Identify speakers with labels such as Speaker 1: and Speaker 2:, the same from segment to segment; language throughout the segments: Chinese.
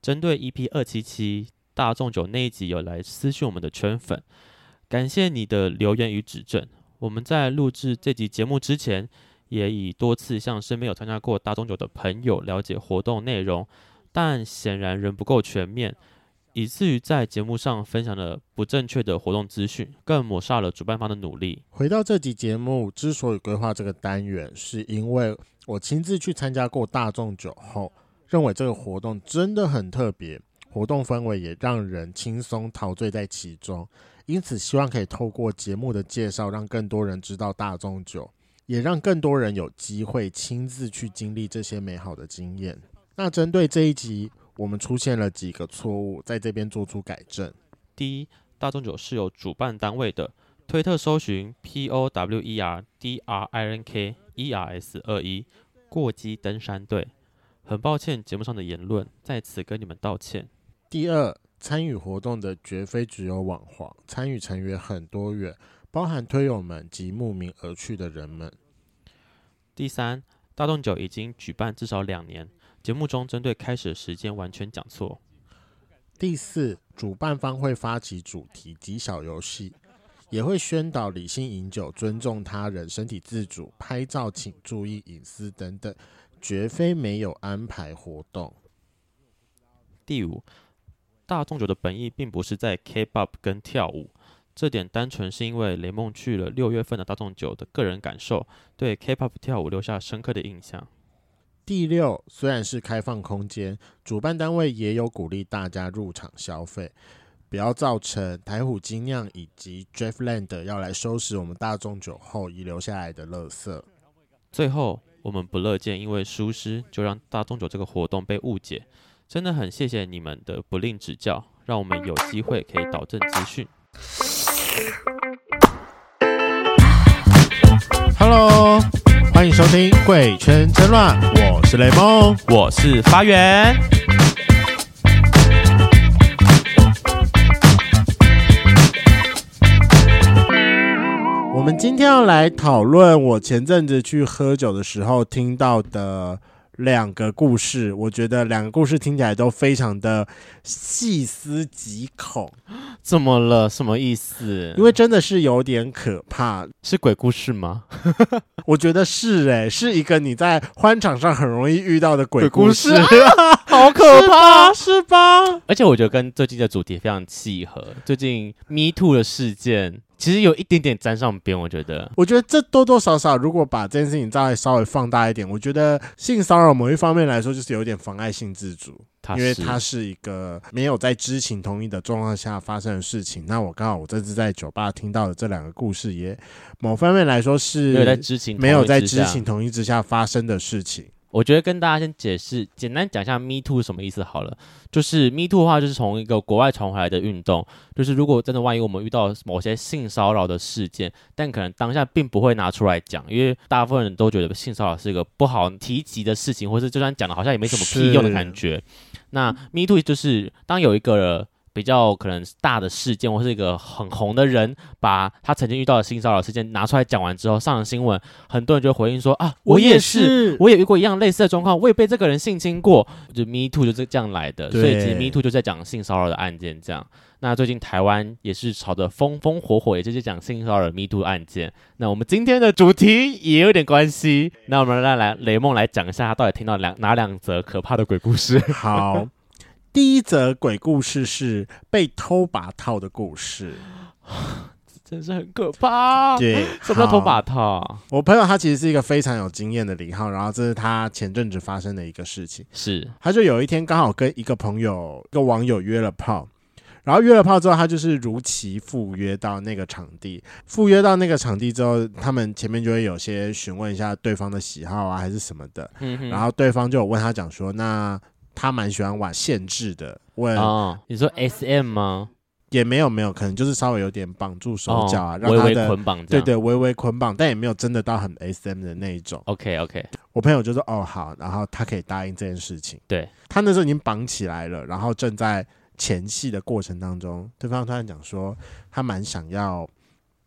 Speaker 1: 针对 EP 二七七大众酒那一集有来私讯我们的圈粉，感谢你的留言与指正。我们在录制这集节目之前，也已多次向身边有参加过大众酒的朋友了解活动内容，但显然仍不够全面，以至于在节目上分享了不正确的活动资讯，更抹煞了主办方的努力。
Speaker 2: 回到这集节目，之所以规划这个单元，是因为我亲自去参加过大众酒后，认为这个活动真的很特别，活动氛围也让人轻松陶醉在其中，因此希望可以透过节目的介绍，让更多人知道大众酒，也让更多人有机会亲自去经历这些美好的经验。那针对这一集，我们出现了几个错误，在这边做出改正。
Speaker 1: 第一，大众酒是有主办单位的，推特搜寻 P O W E R D R I N K E R S 二一过激登山队。很抱歉节目上的言论，在此跟你们道歉。
Speaker 2: 第二，参与活动的绝非只有网黄，参与成员很多元，包含推友们及慕名而去的人们。
Speaker 1: 第三，大众酒已经举办至少两年，节目中针对开始的时间完全讲错。
Speaker 2: 第四，主办方会发起主题及小游戏，也会宣导理性饮酒、尊重他人、身体自主、拍照请注意隐私等等，绝非没有安排活动。
Speaker 1: 第五，大众酒的本意并不是在 K-pop 跟跳舞，这点单纯是因为雷梦去了六月份的大众酒的个人感受，对 K-pop 跳舞留下深刻的印象。
Speaker 2: 第六，虽然是开放空间，主办单位也有鼓励大家入场消费，不要造成台虎精酿以及 Driftland 要来收拾我们大众酒后遗留下来的垃圾。
Speaker 1: 最后，我们不乐见因为疏失就让大众酒这个活动被误解，真的很谢谢你们的不吝指教，让我们有机会可以导正资讯。
Speaker 2: Hello，欢迎收听《贵圈争乱》，我是雷梦。
Speaker 1: 我是发源，
Speaker 2: 我们今天要来讨论我前阵子去喝酒的时候听到的两个故事。我觉得两个故事听起来都非常的细思极恐，
Speaker 1: 怎么了？什么意思？
Speaker 2: 因为真的是有点可怕。
Speaker 1: 是 鬼故事吗？
Speaker 2: 我觉得是诶、是一个你在欢场上很容易遇到的鬼 故事，啊
Speaker 1: 鬼好可怕！
Speaker 2: 是吧？是吧
Speaker 1: 而且我觉得跟最近的主题非常契合。最近 Me Too 的事件其实有一点点沾上边，我觉得
Speaker 2: 我觉得这多多少少，如果把这件事情再稍微放大一点，我觉得性骚扰某一方面来说，就是有点妨碍性自主。
Speaker 1: 他
Speaker 2: 因为
Speaker 1: 是
Speaker 2: 它啊是一个没有在知情同意的状况下发生的事情。那我刚好我这次在酒吧听到的这两个故事也，某方面来说是
Speaker 1: 没有在知情，
Speaker 2: 没有在知情。同意之下发生的事情。
Speaker 1: 我觉得跟大家先解释，简单讲一下 Me Too 什么意思好了。就是 Me Too 的话，就是从一个国外传回来的运动，就是如果真的万一我们遇到某些性骚扰的事件，但可能当下并不会拿出来讲，因为大部分人都觉得性骚扰是一个不好提及的事情，或是就算讲了好像也没什么屁用的感觉。那 Me Too 就是当有一个比较可能大的事件，或是一个很红的人，把他曾经遇到的性骚扰事件拿出来讲完之后，上了新闻，很多人就会回应说啊，我也是，
Speaker 2: 是，
Speaker 1: 我也遇过一样类似的状况，我也被这个人性侵过，就 Me Too 就是这样来的，
Speaker 2: 对
Speaker 1: 所以其实 Me Too 就在讲性骚扰的案件这样。那最近台湾也是吵得风风火火，也就是讲性骚扰的 Me Too 案件。那我们今天的主题也有点关系，那我们让来雷梦来讲一下，他到底听到两哪两则可怕的鬼故 事？
Speaker 2: 好。第一则鬼故事是被偷把套的故事。
Speaker 1: 真是很可怕。
Speaker 2: 对，
Speaker 1: 哦什么叫偷
Speaker 2: 好
Speaker 1: 把套？
Speaker 2: 我朋友他其实是一个非常有经验的零号，然后这是他前阵子发生的一个事情。
Speaker 1: 是
Speaker 2: 他就有一天刚好跟一个朋友、一个网友约了炮，然后约了炮之后，他就是如期赴约到那个场地。赴约到那个场地之后，他们前面就会有些询问一下对方的喜好啊，还是什么的。
Speaker 1: 嗯哼
Speaker 2: 然后对方就有问他讲说，那他蛮喜欢玩限制的，问、
Speaker 1: 哦，你说 S M 吗？
Speaker 2: 也没有没有，可能就是稍微有点绑住手脚啊，
Speaker 1: 哦
Speaker 2: 让
Speaker 1: 微
Speaker 2: 他
Speaker 1: 微
Speaker 2: 的
Speaker 1: 捆绑这
Speaker 2: 对
Speaker 1: 样。
Speaker 2: 对微微捆绑，但也没有真的到很 S M 的那一种。
Speaker 1: ，OK OK，
Speaker 2: 我朋友就说哦好，然后他可以答应这件事情。
Speaker 1: 对，
Speaker 2: 他那时候已经绑起来了，然后正在前戏的过程当中，对方突然讲说他蛮想要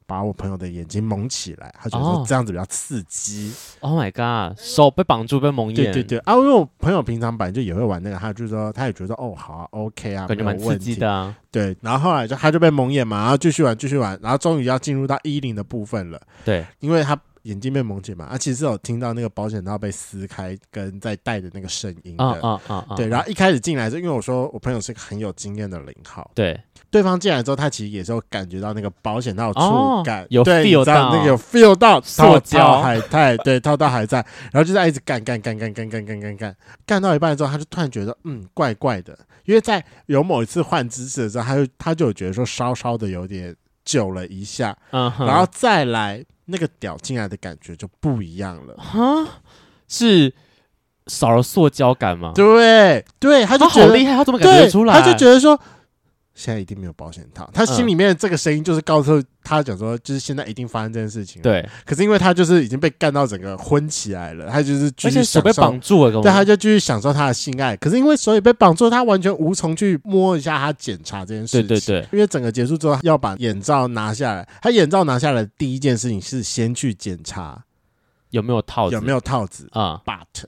Speaker 2: 把我朋友的眼睛蒙起来，他觉得
Speaker 1: 哦
Speaker 2: 说这样子比较刺激。
Speaker 1: Oh my god，手被绑住被蒙
Speaker 2: 对
Speaker 1: 眼，
Speaker 2: 对对啊，因为我朋友平常本来就也会玩那个，他就说他也觉得哦好啊，OK 啊，
Speaker 1: 感觉
Speaker 2: 没
Speaker 1: 蛮
Speaker 2: 有
Speaker 1: 刺
Speaker 2: 问
Speaker 1: 激
Speaker 2: 题
Speaker 1: 的啊。
Speaker 2: 对，然后后来就他就被蒙眼嘛，然后继续玩继续玩，然后终于要进入到衣领的部分了，
Speaker 1: 对，
Speaker 2: 因为他眼睛被蒙起嘛，啊，其实有听到那个保险套被撕开跟在戴的那个声音的。
Speaker 1: 啊啊啊啊！
Speaker 2: 对，然后一开始进来是因为我说我朋友是个很有经验的零号，
Speaker 1: 对，
Speaker 2: 对方进来之后，他其实也是有感觉到那个保险套的
Speaker 1: 哦
Speaker 2: 触感，
Speaker 1: 有
Speaker 2: 对
Speaker 1: feel
Speaker 2: 你知道
Speaker 1: 到
Speaker 2: 那个有 feel 到
Speaker 1: 塑
Speaker 2: 套
Speaker 1: 胶
Speaker 2: 套海带，对，套到还在，然后就在一直干干干干干干干干干，干到一半之后，他就突然觉得嗯怪怪的，因为在有某一次换姿势的时候，他就他就有觉得说稍稍的有点久了一下，
Speaker 1: 嗯哼，
Speaker 2: 然后再来那个屌进来的感觉就不一样了，
Speaker 1: 哈是少了塑胶感吗？
Speaker 2: 对对，他
Speaker 1: 他
Speaker 2: 就觉
Speaker 1: 好
Speaker 2: 得
Speaker 1: 厉害，他怎么感
Speaker 2: 对，
Speaker 1: 觉出来？嗯
Speaker 2: 他就觉得说，现在一定没有保险套。他心里面这个声音就是告诉他讲说，就是现在一定发生这件事情。，
Speaker 1: 对，
Speaker 2: 可是因为他就是已经被干到整个昏起来了，他就是继
Speaker 1: 而
Speaker 2: 续
Speaker 1: 且手被
Speaker 2: 享受
Speaker 1: 绑。住了，根
Speaker 2: 对，
Speaker 1: 本
Speaker 2: 他就继续享受他的性爱，可是因为手也被绑住，他完全无从去摸一下他检查这件事
Speaker 1: 对
Speaker 2: 情。
Speaker 1: 对对，
Speaker 2: 因为整个结束之后要把眼罩拿下来，他眼罩拿下来的第一件事情是先去检查
Speaker 1: 有没有套子？
Speaker 2: 有没有套子
Speaker 1: 啊？
Speaker 2: ，but、
Speaker 1: 嗯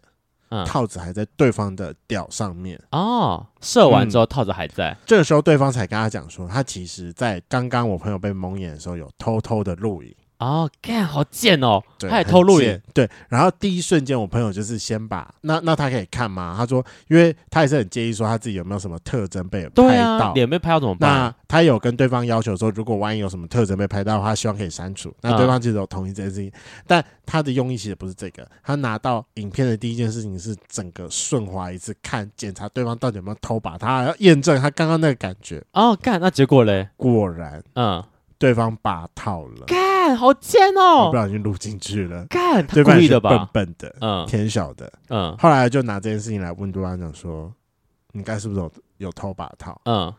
Speaker 2: 套子还在对方的屌上面。
Speaker 1: 哦，射完
Speaker 2: 嗯
Speaker 1: 之后套子还在，
Speaker 2: 这个时候，对方才跟他讲说，他其实在刚刚我朋友被蒙眼的时候，有偷偷的录影，
Speaker 1: 哦，干好贱哦，
Speaker 2: 对，
Speaker 1: 他也偷录
Speaker 2: 很
Speaker 1: 影
Speaker 2: 贱，对。然后第一瞬间，我朋友就是先把那那他可以看吗？他说，因为他也是很介意说他自己有没有什么特征被
Speaker 1: 对
Speaker 2: 拍
Speaker 1: 啊，
Speaker 2: 到。
Speaker 1: 脸被拍到怎么办？
Speaker 2: 那他有跟对方要求说，如果万一有什么特征被拍到的话，他希望可以删除。
Speaker 1: 嗯
Speaker 2: 那对方其实有同意这件事情，但他的用意其实不是这个。他拿到影片的第一件事情是整个顺滑一次看，检查对方到底有没有偷把他，要验证他刚刚那个感觉。
Speaker 1: 哦，干，那结果嘞？
Speaker 2: 果然，
Speaker 1: 嗯，
Speaker 2: 对方拔套了，
Speaker 1: 干好贱
Speaker 2: 我不
Speaker 1: 哦，
Speaker 2: 小心录进去了。
Speaker 1: 干
Speaker 2: 对
Speaker 1: 他故
Speaker 2: 方
Speaker 1: 意
Speaker 2: 也是
Speaker 1: 的吧？
Speaker 2: 笨笨的，
Speaker 1: 嗯
Speaker 2: 天晓得。
Speaker 1: 嗯
Speaker 2: 后来就拿这件事情来问对方讲说，你该是不是有有偷把套？
Speaker 1: 嗯，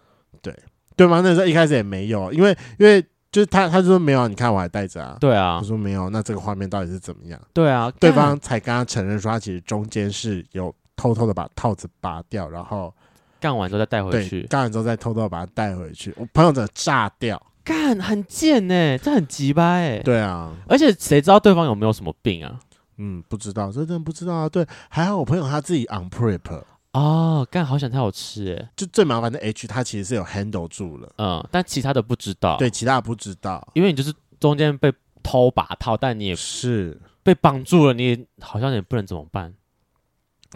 Speaker 2: 对方那时候一开始也没有，因为因为就是他他就说没有啊，你看我还戴着啊。
Speaker 1: 对啊
Speaker 2: 我，说没有，那这个画面到底是怎么样？
Speaker 1: 对啊，
Speaker 2: 对
Speaker 1: 干
Speaker 2: 方才跟他承认说，他其实中间是有偷偷的把套子拔掉，然后
Speaker 1: 干完之后再带回
Speaker 2: 对
Speaker 1: 去，
Speaker 2: 干完之后再偷偷地把它带回去。我朋友整个炸掉，
Speaker 1: 干很贱呢，这很鸡巴哎，
Speaker 2: 对啊，
Speaker 1: 而且谁知道对方有没有什么病啊？
Speaker 2: 嗯，不知道，这真的不知道啊。对，还好我朋友他自己 on prep，
Speaker 1: 哦，干好想太好吃哎，
Speaker 2: 就最麻烦的 H 他其实是有 handle 住了，
Speaker 1: 嗯，但其他的不知道，
Speaker 2: 对，，其他的不知道。
Speaker 1: 因为你就是中间被偷把套，但你也
Speaker 2: 是，
Speaker 1: 被绑住了，你也好像也不能怎么办。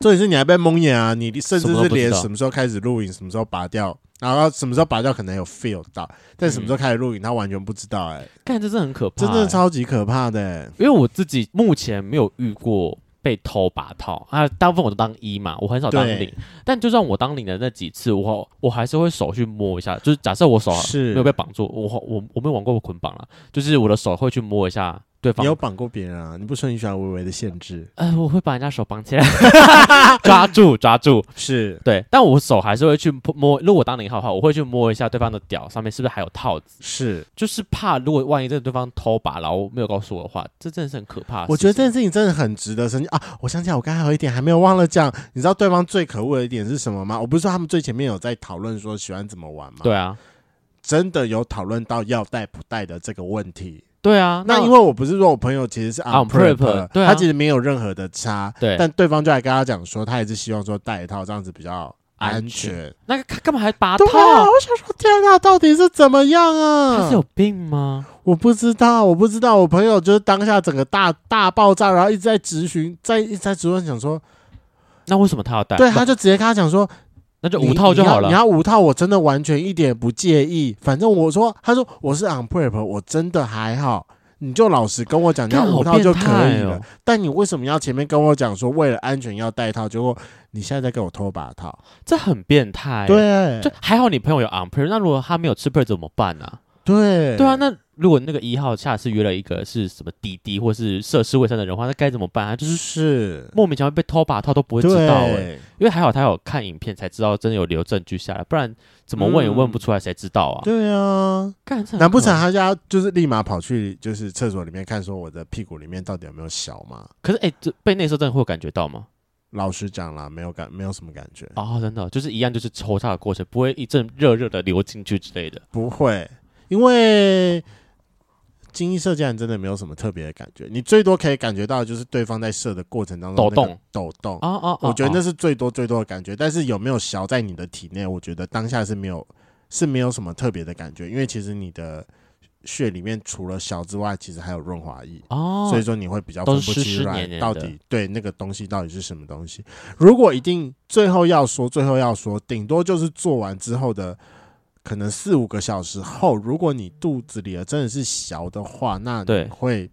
Speaker 2: 重点是你还被蒙眼啊，你甚至
Speaker 1: 什么都
Speaker 2: 是
Speaker 1: 不知
Speaker 2: 连
Speaker 1: 道
Speaker 2: 什么时候开始录影，什么时候拔掉，然后什么时候拔掉可能有 feel 到，
Speaker 1: 嗯
Speaker 2: 但什么时候开始录影他完全不知道、哎，
Speaker 1: 干，这真的很可怕、
Speaker 2: 真的
Speaker 1: 欸
Speaker 2: 超级可怕的、哎
Speaker 1: 因为我自己目前没有遇过被偷把套啊，大部分我都当一嘛，我很少当
Speaker 2: 对
Speaker 1: 零。但就算我当零的那几次，我我还是会手去摸一下，就是假设我手啊
Speaker 2: 是
Speaker 1: 没有被绑住，我我我没有玩过捆绑了，就是我的手会去摸一下对
Speaker 2: 你
Speaker 1: 方
Speaker 2: 有。绑过别人啊？你不说你喜欢微微的限制？
Speaker 1: 呃，我会把人家手绑 起来，抓住抓住，
Speaker 2: 是
Speaker 1: 对。但我手还是会去摸，如果我当零号的话，我会去摸一下对方的屌上面是不是还有套子，
Speaker 2: 是，
Speaker 1: 就是怕如果万一这个对方偷把，然后没有告诉我的话，这真的是很可怕的事情。
Speaker 2: 我觉得这件事情真的很值得生气啊！我想起来，我刚才有一点还没有忘了讲，你知道对方最可恶的一点是什么吗？我不是说他们最前面有在讨论说喜欢怎么玩吗？，
Speaker 1: 对啊，
Speaker 2: 真的有讨论到要带不带的这个问题。
Speaker 1: 对啊，
Speaker 2: 那因为我不是说我朋友其实是 on
Speaker 1: On
Speaker 2: prep，,
Speaker 1: prep，对啊
Speaker 2: 他其实没有任何的差，
Speaker 1: 对，
Speaker 2: 但对方就来跟他讲说，他也是希望说带一套这样子比较安
Speaker 1: 安
Speaker 2: 全
Speaker 1: 全。那个他干嘛还拔套
Speaker 2: 对？啊，我想说，天哪，到底是怎么样
Speaker 1: 他
Speaker 2: 啊
Speaker 1: 是？有病吗？
Speaker 2: 我不知道，我不知道，我朋友就是当下整个大大爆炸，然后一直在质询，在一直在质问，想说，
Speaker 1: 那为什么他要戴？
Speaker 2: 对，
Speaker 1: 不
Speaker 2: 他就直接跟他讲说，
Speaker 1: 那就
Speaker 2: 你
Speaker 1: 五套就好
Speaker 2: 你
Speaker 1: 了。
Speaker 2: 要你要五套，我真的完全一点也不介意。反正我说，他说我是 on prep，我真的还好。你就老实跟我讲，你要
Speaker 1: 干好
Speaker 2: 五套就可
Speaker 1: 变
Speaker 2: 以
Speaker 1: 态
Speaker 2: 了。
Speaker 1: 哦
Speaker 2: 但你为什么要前面跟我讲说为了安全要带套？结果你现在在给我偷把套？
Speaker 1: 这很变态。，
Speaker 2: 对
Speaker 1: 就还好你朋友有 on p r e 那如果他没有吃 p r e 怎么办呢？
Speaker 2: 对
Speaker 1: 对啊，那如果那个一号下次约了一个是什么滴滴或是涉世未深的人的话，那该怎么办？他就是
Speaker 2: 是
Speaker 1: 莫名其妙被偷把套都不会知道哎，
Speaker 2: 对
Speaker 1: 因为还好他有看影片才知道真的有留证据下来，不然怎么问也
Speaker 2: 嗯
Speaker 1: 问不出来，谁知道啊？
Speaker 2: 对啊，
Speaker 1: 干，这很
Speaker 2: 难不
Speaker 1: 可
Speaker 2: 成他家就是立马跑去就是厕所里面看，说我的屁股里面到底有没有小吗？
Speaker 1: 可是哎、这被内射真的会有感觉到吗？
Speaker 2: 老实讲啦，没有感，没有什么感觉，
Speaker 1: 哦，真的，就是一样，就是抽插的过程，不会一阵热热的流进去之类的。
Speaker 2: 不会，因为精益射箭真的没有什么特别的感觉，你最多可以感觉到就是对方在射的过程当中
Speaker 1: 抖动
Speaker 2: 那个抖动。
Speaker 1: 哦哦，
Speaker 2: 我觉得那
Speaker 1: 那
Speaker 2: 是最多最多的感觉，但是有没有小在你的体内，我觉得当下是没有是没有什么特别的感觉，因为其实你的血里面除了小之外，其实还有润滑液。
Speaker 1: 哦，
Speaker 2: 所以说你会比较分
Speaker 1: 都
Speaker 2: 不
Speaker 1: 是湿
Speaker 2: 清
Speaker 1: 湿
Speaker 2: 来
Speaker 1: 黏黏
Speaker 2: 到
Speaker 1: 的
Speaker 2: 底对那个东西到底是什么东西。如果一定最后要说，最后要说，顶多就是做完之后的可能四五个小时后，如果你肚子里的真的是小的话，那
Speaker 1: 对
Speaker 2: 你会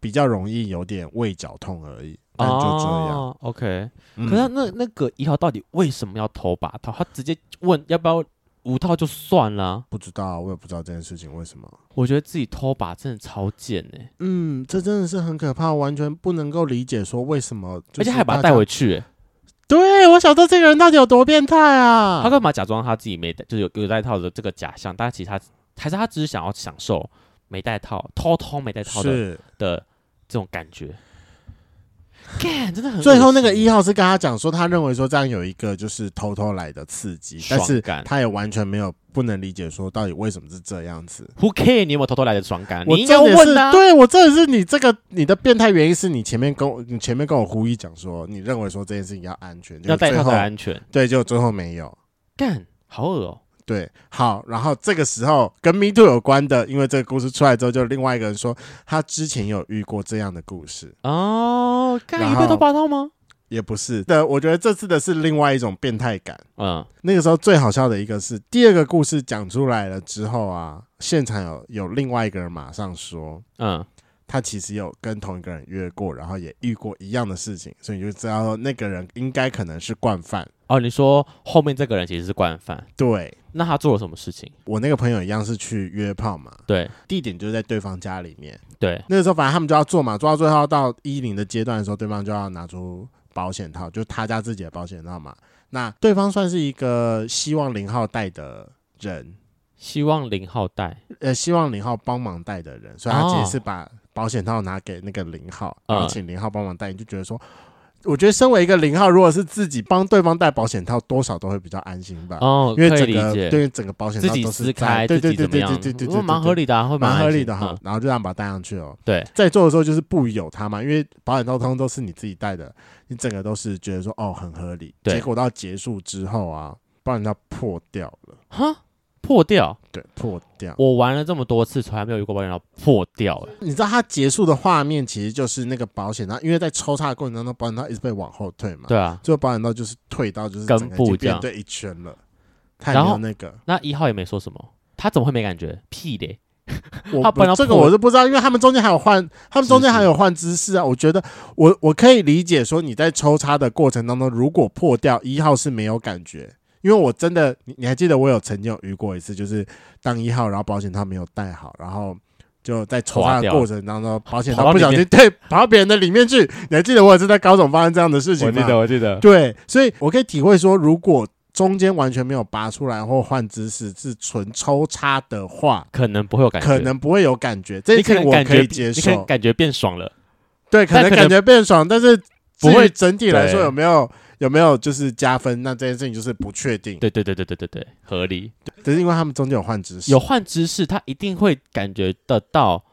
Speaker 2: 比较容易有点胃绞痛而已。那就这样。
Speaker 1: 哦、OK，
Speaker 2: 嗯
Speaker 1: 可是那那个一号到底为什么要投八套？他直接问要不要五套就算了。啊
Speaker 2: 不知道，我也不知道这件事情为什么。
Speaker 1: 我觉得自己偷把真的超贱哎、
Speaker 2: 嗯，这真的是很可怕，完全不能够理解说为什么，
Speaker 1: 而且还把他带回。去、欸，
Speaker 2: 对，我想说这个人到底有多变态啊！
Speaker 1: 他干嘛假装他自己没带，就是有有带套的这个假象，但其实他还是他只是想要享受没带套，偷偷没带套的
Speaker 2: 是
Speaker 1: 的这种感觉。干，真的很
Speaker 2: 最后那个
Speaker 1: 恶心
Speaker 2: 一号是跟他讲说，他认为说这样有一个就是偷偷来的刺激，但
Speaker 1: 爽
Speaker 2: 是
Speaker 1: 感
Speaker 2: 他也完全没有不能理解说到底为什么是这样子。
Speaker 1: ，Who care 你有没有偷偷来的爽感？
Speaker 2: 我
Speaker 1: 你应该
Speaker 2: 重点
Speaker 1: 问
Speaker 2: 是
Speaker 1: 啊。
Speaker 2: 对我这是你这个你的变态原因是你前面跟我你前面跟我呼吁讲说，你认为说这件事情要安全，
Speaker 1: 要带
Speaker 2: 结果
Speaker 1: 套才
Speaker 2: 最后
Speaker 1: 安全，
Speaker 2: 对，就最后没有。
Speaker 1: 干好恶哦、
Speaker 2: 对，好，然后这个时候跟 Me Too 有关的，因为这个故事出来之后，就另外一个人说他之前有遇过这样的故事，
Speaker 1: 哦，
Speaker 2: 然
Speaker 1: 干有被偷
Speaker 2: 后
Speaker 1: 八套吗？
Speaker 2: 也不是的。我觉得这次的是另外一种变态感。
Speaker 1: 嗯，
Speaker 2: 那个时候最好笑的一个是，第二个故事讲出来了之后啊，现场有有另外一个人马上说，
Speaker 1: 嗯，
Speaker 2: 他其实有跟同一个人约过，然后也遇过一样的事情，所以你就知道那个人应该可能是惯犯。
Speaker 1: 哦，你说后面这个人其实是惯犯，
Speaker 2: 对
Speaker 1: 那他做了什么事情？
Speaker 2: 我那个朋友一样是去约炮嘛，
Speaker 1: 对
Speaker 2: 地点就在对方家里面。
Speaker 1: 对，
Speaker 2: 那个时候反正他们就要做嘛，做到最后到一零的阶段的时候，对方就要拿出保险套，就是他家自己的保险套嘛。那对方算是一个希望零号带的人，
Speaker 1: 希望零号带
Speaker 2: 呃，希望零号帮忙带的人，所以他
Speaker 1: 哦
Speaker 2: 其实是把保险套拿给那个零号，
Speaker 1: 嗯
Speaker 2: 然后请零号帮忙带，你就觉得说，我觉得身为一个零号，如果是自己帮对方带保险套，多少都会比较安心吧，
Speaker 1: 哦，
Speaker 2: 啊因为
Speaker 1: 可以
Speaker 2: 整
Speaker 1: 理
Speaker 2: 个
Speaker 1: 解，
Speaker 2: 对整个保险
Speaker 1: 自
Speaker 2: 套
Speaker 1: 己
Speaker 2: 都
Speaker 1: 撕
Speaker 2: 是
Speaker 1: 开，
Speaker 2: 在
Speaker 1: 自
Speaker 2: 对对
Speaker 1: 己怎
Speaker 2: 对
Speaker 1: 么
Speaker 2: 对
Speaker 1: 样
Speaker 2: 对对对
Speaker 1: 嗯
Speaker 2: 对，
Speaker 1: 蛮合
Speaker 2: 理，
Speaker 1: 理的、啊，会
Speaker 2: 蛮合理的
Speaker 1: 哈、
Speaker 2: 哈。然后就让把它带上去哦。
Speaker 1: 对，
Speaker 2: 在做的时候就是不有他嘛，因为保险套通通都是你自己带的，你整个都是觉得说哦很合理，
Speaker 1: 对
Speaker 2: 结果到结束之后啊，保险套破掉了，
Speaker 1: 哈，破掉。
Speaker 2: 对，破掉。
Speaker 1: 我玩了这么多次，从来没有遇过保险套破掉、欸，
Speaker 2: 你知道它结束的画面其实就是那个保险套，因为在抽插的过程当中，保险套一直被往后退嘛，，
Speaker 1: 对啊。
Speaker 2: 最后保险套就是退到就是整
Speaker 1: 根
Speaker 2: 个
Speaker 1: 部
Speaker 2: 已经
Speaker 1: 这样
Speaker 2: 变对一圈了，太
Speaker 1: 然
Speaker 2: 没
Speaker 1: 后
Speaker 2: 有那个，
Speaker 1: 那一号也没说什么，他怎么会没感觉？屁嘞！
Speaker 2: 我
Speaker 1: 它保险套
Speaker 2: 不这个
Speaker 1: 破
Speaker 2: 我是不知道，因为他们中间还有换，他们中
Speaker 1: 姿
Speaker 2: 间
Speaker 1: 势
Speaker 2: 还有换姿势啊，我觉得我我可以理解说你在抽插的过程当中，如果破掉一号是没有感觉。因为我真的，你你还记得我有曾经有遇过一次，就是当一号，然后保险套没有带好，然后就在抽
Speaker 1: 滑
Speaker 2: 插的
Speaker 1: 掉
Speaker 2: 过程当中，保险
Speaker 1: 跑
Speaker 2: 套
Speaker 1: 到
Speaker 2: 不
Speaker 1: 里
Speaker 2: 小心
Speaker 1: 面
Speaker 2: 对跑到别人的里面去。你还记得我有次在高总发生这样的事情吗？
Speaker 1: 我记得，
Speaker 2: 对，所以我可以体会说，如果中间完全没有拔出来或换姿势，是纯抽插的话，
Speaker 1: 可能不会有感觉，
Speaker 2: 可能不会有感觉。这
Speaker 1: 你
Speaker 2: 一
Speaker 1: 可
Speaker 2: 点
Speaker 1: 能
Speaker 2: 我
Speaker 1: 感
Speaker 2: 可
Speaker 1: 觉
Speaker 2: 以接
Speaker 1: 你可能
Speaker 2: 受，
Speaker 1: 感觉变爽了。
Speaker 2: 对，可
Speaker 1: 但
Speaker 2: 能
Speaker 1: 可能
Speaker 2: 感觉变爽，但是
Speaker 1: 不会
Speaker 2: 至于整体来说
Speaker 1: 对
Speaker 2: 有没有有没有就是加分，那这件事情就是不确定。
Speaker 1: 对对对对对对对，合理。
Speaker 2: 只是因为他们中间有换姿势，
Speaker 1: 有换姿势，他一定会感觉得到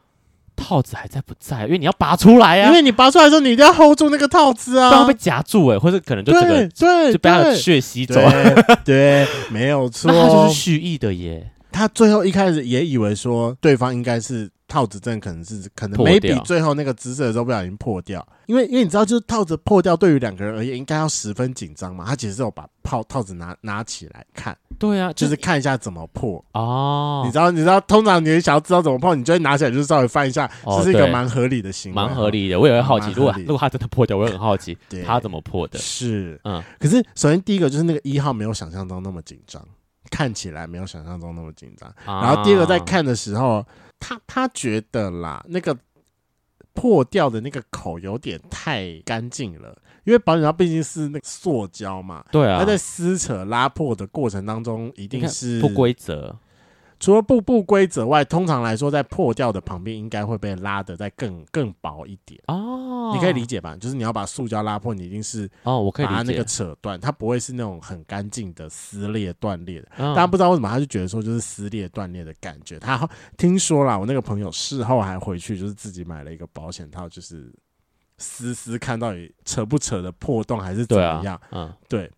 Speaker 1: 套子还在不在，因为你要拔出来呀、
Speaker 2: 因为你拔出来的时候，你一定要 hold 住那个套子
Speaker 1: 啊不然
Speaker 2: 啊
Speaker 1: 会被。夹住哎、或者可能就整
Speaker 2: 对
Speaker 1: 个
Speaker 2: 对，
Speaker 1: 就被他的
Speaker 2: 对
Speaker 1: 血吸走。
Speaker 2: 对对，没有错
Speaker 1: 那。他就是蓄意的耶，
Speaker 2: 他最后一开始也以为说对方应该是套子症，可能是可能
Speaker 1: 破
Speaker 2: maybe
Speaker 1: 掉
Speaker 2: 最后那个姿势的时候不小心破掉，因为因为你知道，就是套子破掉对于两个人而言应该要十分紧张嘛。他其实是有把套套子拿拿起来看，
Speaker 1: 对啊，
Speaker 2: 就是看一下怎么破。
Speaker 1: 哦
Speaker 2: 你，知道，你知道，通常你想要知道怎么破，你就会拿起来，就是稍微翻一下，
Speaker 1: 哦
Speaker 2: 这是一个
Speaker 1: 对
Speaker 2: 蛮合理的行为，
Speaker 1: 蛮合。理的。我也会好奇，
Speaker 2: 蛮合
Speaker 1: 如果
Speaker 2: 理的
Speaker 1: 如果他真的破掉，我 也很好奇
Speaker 2: 对，
Speaker 1: 他怎么破的。
Speaker 2: 是，
Speaker 1: 嗯，
Speaker 2: 可是首先第一个就是那个一号没有想象中那么紧张，看起来没有想象中那么紧张。然后第二个在
Speaker 1: 啊，
Speaker 2: 看的时候，他他觉得啦，那个破掉的那个口有点太干净了，因为保险套毕竟是那个塑胶嘛，
Speaker 1: 对
Speaker 2: 它
Speaker 1: 啊，
Speaker 2: 在撕扯拉破的过程当中一定是
Speaker 1: 不规则，
Speaker 2: 除了步步规则外，通常来说，在破掉的旁边应该会被拉得再更更薄一点。
Speaker 1: 哦，
Speaker 2: 你可以理解吧？就是你要把塑胶拉破，你一定是
Speaker 1: 哦，我可以
Speaker 2: 把它
Speaker 1: 理
Speaker 2: 那
Speaker 1: 解
Speaker 2: 个。扯断，它不会是那种很干净的撕裂断裂的。
Speaker 1: 嗯
Speaker 2: 大家不知道为什么，他就觉得说就是撕裂断裂的感觉。他听说啦，我那个朋友事后还回去就是自己买了一个保险套，就是撕撕看到底扯不扯的破洞还是怎
Speaker 1: 对
Speaker 2: 么
Speaker 1: 啊
Speaker 2: 样。，
Speaker 1: 嗯，
Speaker 2: 对，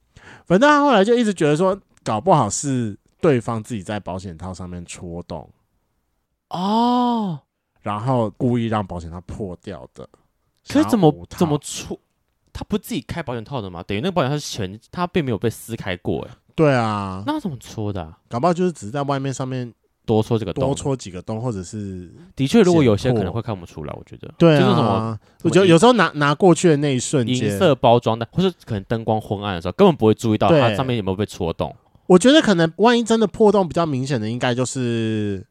Speaker 2: 反正他后来就一直觉得说，搞不好是对方自己在保险套上面戳洞，
Speaker 1: 哦，
Speaker 2: 然后故意让保险套破掉的。
Speaker 1: 可是怎么
Speaker 2: 想要捂它
Speaker 1: 怎么出？他不自己开保险套的吗？等于那个保险套是全，他并没有被撕开过，哎，
Speaker 2: 对啊？
Speaker 1: 那他怎么戳的啊？
Speaker 2: 搞不好就是只是在外面上面
Speaker 1: 多戳这个
Speaker 2: 多
Speaker 1: 洞，
Speaker 2: 戳几个洞，或者是
Speaker 1: 的确，如果有些
Speaker 2: 剪
Speaker 1: 可
Speaker 2: 破
Speaker 1: 能会看不出来，我觉得，
Speaker 2: 对啊，
Speaker 1: 就是什么
Speaker 2: 我觉得有时候拿拿过去的那一瞬
Speaker 1: 银
Speaker 2: 间，
Speaker 1: 色包装的，或是可能灯光昏暗的时候，根本不会注意到
Speaker 2: 对
Speaker 1: 它上面有没有被戳洞。
Speaker 2: 我觉得可能万一真的破洞比较明显的，应该就是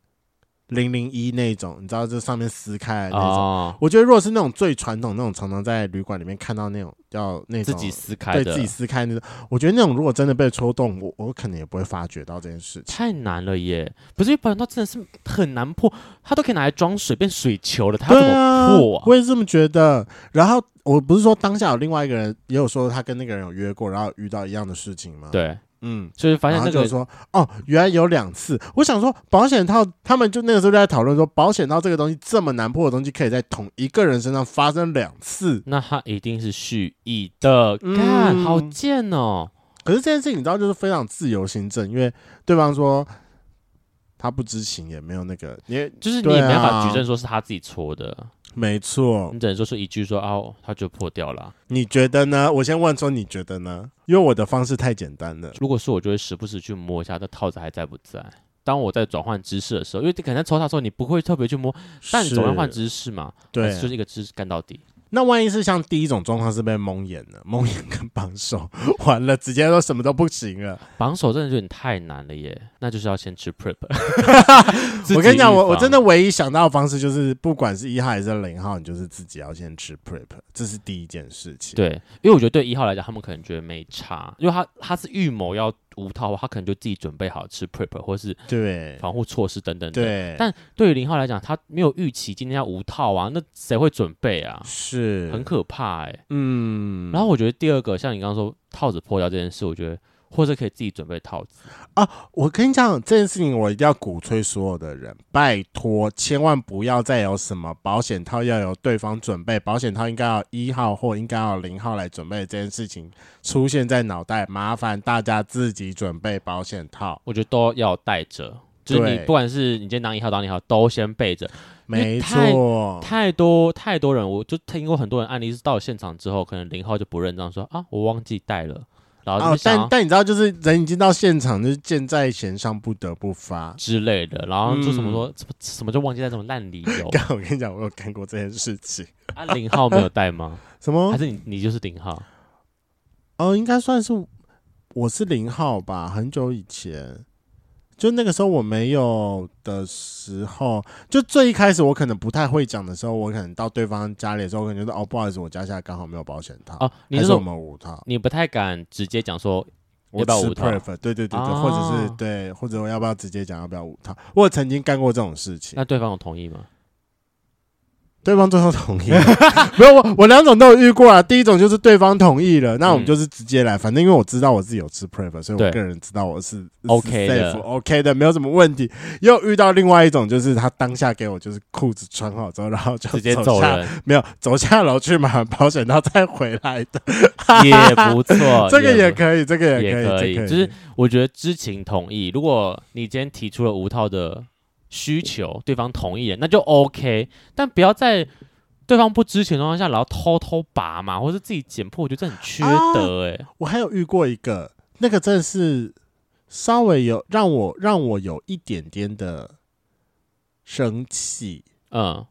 Speaker 2: 零零一那种，你知道这上面撕开哎来的那种。
Speaker 1: 哦，
Speaker 2: 我觉得如果是那种最传统那种，常常在旅馆里面看到那种叫那
Speaker 1: 自
Speaker 2: 种
Speaker 1: 己撕开
Speaker 2: 哦对
Speaker 1: 的
Speaker 2: 自，己撕开那种，我觉得那种如果真的被戳动，我我可能也不会发觉到这件事情。
Speaker 1: 太难了耶！不是因为保险套真的是很难破，它都可以拿来装水变水球了，它要怎么破啊？
Speaker 2: 我也是这么觉得。然后我不是说当下有另外一个人也有说他跟那个人有约过，然后遇到一样的事情吗？，
Speaker 1: 对，
Speaker 2: 嗯，
Speaker 1: 所以发现
Speaker 2: 然后
Speaker 1: 那
Speaker 2: 就
Speaker 1: 个
Speaker 2: 说哦，原来有两次。我想说保险套，他们就那个时候就在讨论说，保险套这个东西这么难破的东西，可以在同一个人身上发生两次。
Speaker 1: 那它一定是蓄意的，
Speaker 2: 嗯
Speaker 1: 干好贱哦！
Speaker 2: 可是这件事情你知道，就是非常自由行政，因为对方说他不知情，也没有那个，因为
Speaker 1: 就是你
Speaker 2: 对
Speaker 1: 也
Speaker 2: 啊
Speaker 1: 没办法举证说是他自己戳
Speaker 2: 嗯
Speaker 1: 的，
Speaker 2: 没错。
Speaker 1: 你只能说是一句说哦，它就破掉了啊。
Speaker 2: 你觉得呢？我先问说你觉得呢？因为我的方式太简单了。
Speaker 1: 如果是我，就会时不时去摸一下那套子还在不在。当我在转换姿势的时候，因为你可能在抽它的时候，你不会特别去摸，但你总会
Speaker 2: 是
Speaker 1: 换姿势嘛。
Speaker 2: 对
Speaker 1: 还是，就是一个姿势干到底。
Speaker 2: 那万一是像第一种状况是被蒙眼了，蒙眼跟绑手， 完了直接都什么都不行了。
Speaker 1: 绑手真的有点太难了耶，那就是要先吃 prep。自己
Speaker 2: 我跟你讲，
Speaker 1: 预
Speaker 2: 我
Speaker 1: 防
Speaker 2: 我真的唯一想到的方式就是，不管是一号还是零号，你就是自己要先吃 prep，这是第一件事情。，
Speaker 1: 对，因为我觉得对一号来讲，他们可能觉得没差，因为他他是预谋要无套的话，他可能就自己准备好吃 prep 或是
Speaker 2: 对，
Speaker 1: 防护措施等等的。
Speaker 2: 对，
Speaker 1: 但对于零号来讲，他没有预期今天要无套啊，那谁会准备啊？
Speaker 2: 是
Speaker 1: 很可怕哎、
Speaker 2: 嗯，
Speaker 1: 然后我觉得第二个，像你刚刚说套子破掉这件事，我觉得或者可以自己准备套子。
Speaker 2: 我跟你讲这件事情，我一定要鼓吹所有的人，拜托，千万不要再有什么保险套要由对方准备，保险套应该要一号或应该要零号来准备这件事情出现在脑袋，麻烦大家自己准备保险套。
Speaker 1: 我觉得都要带着，就是你
Speaker 2: 对
Speaker 1: 不管是你今天当一号当零号，都先备着。
Speaker 2: 没
Speaker 1: 因
Speaker 2: 错，
Speaker 1: 太多太多人，我就听过很多人案例是到了现场之后，可能零号就不认账，说啊我忘记带了，然后
Speaker 2: 哦
Speaker 1: 就，想要、啊
Speaker 2: 但但你知道，就是人已经到现场，就是箭在弦上，不得不发。
Speaker 1: 之类的，然后就什么
Speaker 2: 嗯
Speaker 1: 说、什么什么就忘记带这种烂理 由
Speaker 2: 刚好我跟你讲，我有干过这件事情。
Speaker 1: 啊零号没有带吗？
Speaker 2: 什
Speaker 1: 还
Speaker 2: 么？
Speaker 1: 是你你就是零号？
Speaker 2: 哦，应该算是我是零号吧，很久以前。就那个时候我没有的时候，就最一开始我可能不太会讲的时候，我可能到对方家里的时候，我可能就说哦，不好意思，我家现在刚好没有保险套，
Speaker 1: 哦，你
Speaker 2: 还
Speaker 1: 是
Speaker 2: 是我
Speaker 1: 说
Speaker 2: 们五套，
Speaker 1: 你不太敢直接讲说
Speaker 2: 我
Speaker 1: 要不要
Speaker 2: 吃
Speaker 1: 五套
Speaker 2: pref，对对对对，
Speaker 1: 啊
Speaker 2: 或者是对，或者我要不要直接讲要不要五套？我有曾经干过这种事情。
Speaker 1: 那对方有同意吗？
Speaker 2: 对方最后同意了， 没有我我两种都有遇过啊。第一种就是对方同意了，那我们
Speaker 1: 嗯
Speaker 2: 就是直接来，反正因为我知道我自己有吃 prep，所以
Speaker 1: 对
Speaker 2: 我个人知道我是
Speaker 1: OK 的
Speaker 2: OK 的，没有什么问题。又遇到另外一种，就是他当下给我就是裤子穿好之后，然 后就
Speaker 1: 直接
Speaker 2: 走
Speaker 1: 走
Speaker 2: 下，
Speaker 1: 人
Speaker 2: 没有走下楼去买保险套再回来的，
Speaker 1: 也不错，
Speaker 2: 这个也
Speaker 1: 不
Speaker 2: 可以，这个也可
Speaker 1: 也
Speaker 2: 以，这
Speaker 1: 可
Speaker 2: 可
Speaker 1: 以
Speaker 2: 以，
Speaker 1: 就是我觉得知情同意。如果你今天提出了无套的需求，对方同意了，那就 OK。但不要在对方不知情的情况下，然后偷偷拔嘛，或是自己剪破，我觉得这很缺德哎、
Speaker 2: 我还有遇过一个，那个真的是稍微有让我让我有一点点的生气。
Speaker 1: 嗯，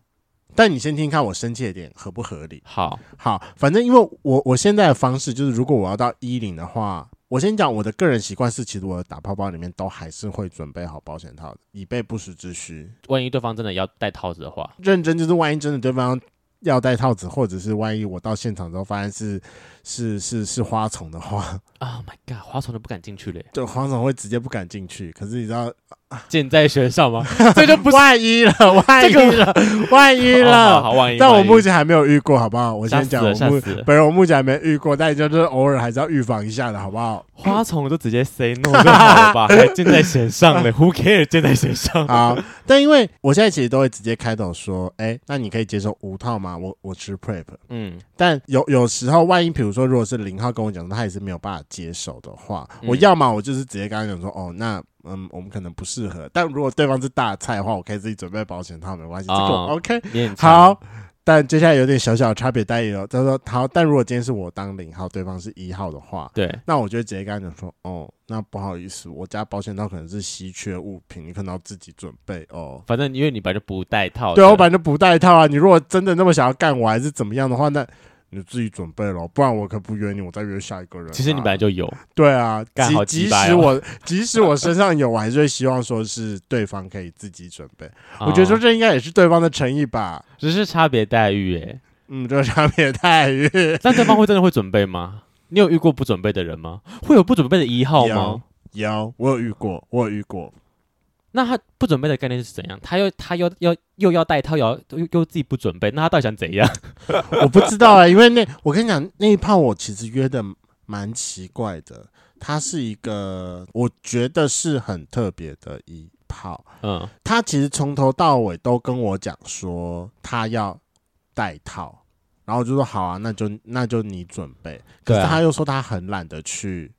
Speaker 2: 但你先听看我生气的点合不合理。
Speaker 1: 好，
Speaker 2: 好，反正因为我我现在的方式就是，如果我要到一零的话，我先讲我的个人习惯是，其实我的打泡包里面都还是会准备好保险套的，以备不时之需。
Speaker 1: 万一对方真的要戴套子的话，
Speaker 2: 认真就是，万一真的对方要戴套子，或者是万一我到现场之后发现是是是是花丛的话，
Speaker 1: ，Oh my god，花丛都不敢进去嘞。
Speaker 2: 对，黄总会直接不敢进去。可是你知道，啊
Speaker 1: 箭在弦上 吗？这就不是
Speaker 2: 万一了，万一了，万一
Speaker 1: 好好
Speaker 2: 了。
Speaker 1: 好万一。
Speaker 2: 但我目
Speaker 1: 不
Speaker 2: 前还没有遇过，好不好？我
Speaker 1: 吓
Speaker 2: 先
Speaker 1: 死
Speaker 2: 讲，我
Speaker 1: 了，吓
Speaker 2: 目
Speaker 1: 死了！
Speaker 2: 本人我目前还没遇过，但就是偶尔还是要预防一下的，好不好？
Speaker 1: 花丛都直接 say no 就好了 吧，还箭在弦上嘞，Who care？箭在弦上。
Speaker 2: 好，但因为我现在其实都会直接开头说，哎、那你可以接受无套吗？我我吃 prep，
Speaker 1: 嗯，
Speaker 2: 但有有时候万一比如说如果是零号跟我讲说他也是没有办法接受的话，
Speaker 1: 嗯
Speaker 2: 我要么我就是直接跟他讲说，哦，那嗯，我们可能不适合。但如果对方是大菜的话，我可以自己准备保险套，没关系，这个我
Speaker 1: 哦
Speaker 2: OK。
Speaker 1: 勉强
Speaker 2: 好，，但接下来有点小小的差别待遇了。他说好，但如果今天是我当零号，对方是一号的话，
Speaker 1: 对，
Speaker 2: 那我就会直接跟他讲说，哦，那不好意思，我家保险套可能是稀缺物品，你可能要自己准备哦。
Speaker 1: 反正因为你本来就不带套的，
Speaker 2: 对啊，我本来就不带套啊。你如果真的那么想要干我，还是怎么样的话，那你自己准备咯，不然我可不约你，我再约下一个人啊、
Speaker 1: 其实你本来就有，
Speaker 2: 对啊，
Speaker 1: 干
Speaker 2: 即
Speaker 1: 好
Speaker 2: 即
Speaker 1: 鸡掰
Speaker 2: 使
Speaker 1: 哦
Speaker 2: 我即使我身上有，我还是会希望说是对方可以自己准备。我觉得说
Speaker 1: 哦
Speaker 2: 这应该也是对方的诚意吧。
Speaker 1: 只是差别待遇哎。
Speaker 2: 嗯，这差别待遇。
Speaker 1: 但对方会真的会准备吗？ 你有遇过不准备的人吗？会有不准备的一号
Speaker 2: 有
Speaker 1: 吗？
Speaker 2: 有，我有遇过，我有遇 过。
Speaker 1: 那他不准备的概念是怎样？他又他又要又要带套，又要又又自己不准备，那他到底想怎 样？
Speaker 2: 我不知道啊、因为那我跟你讲，那一炮我其实约的蛮奇怪的，它是一个我觉得是很特别的一炮。
Speaker 1: 嗯，
Speaker 2: 他其实从头到尾都跟我讲说他要带套，然后我就说好啊，那就那就你准备。可
Speaker 1: 对
Speaker 2: 是
Speaker 1: 啊
Speaker 2: 他又说他很懒得去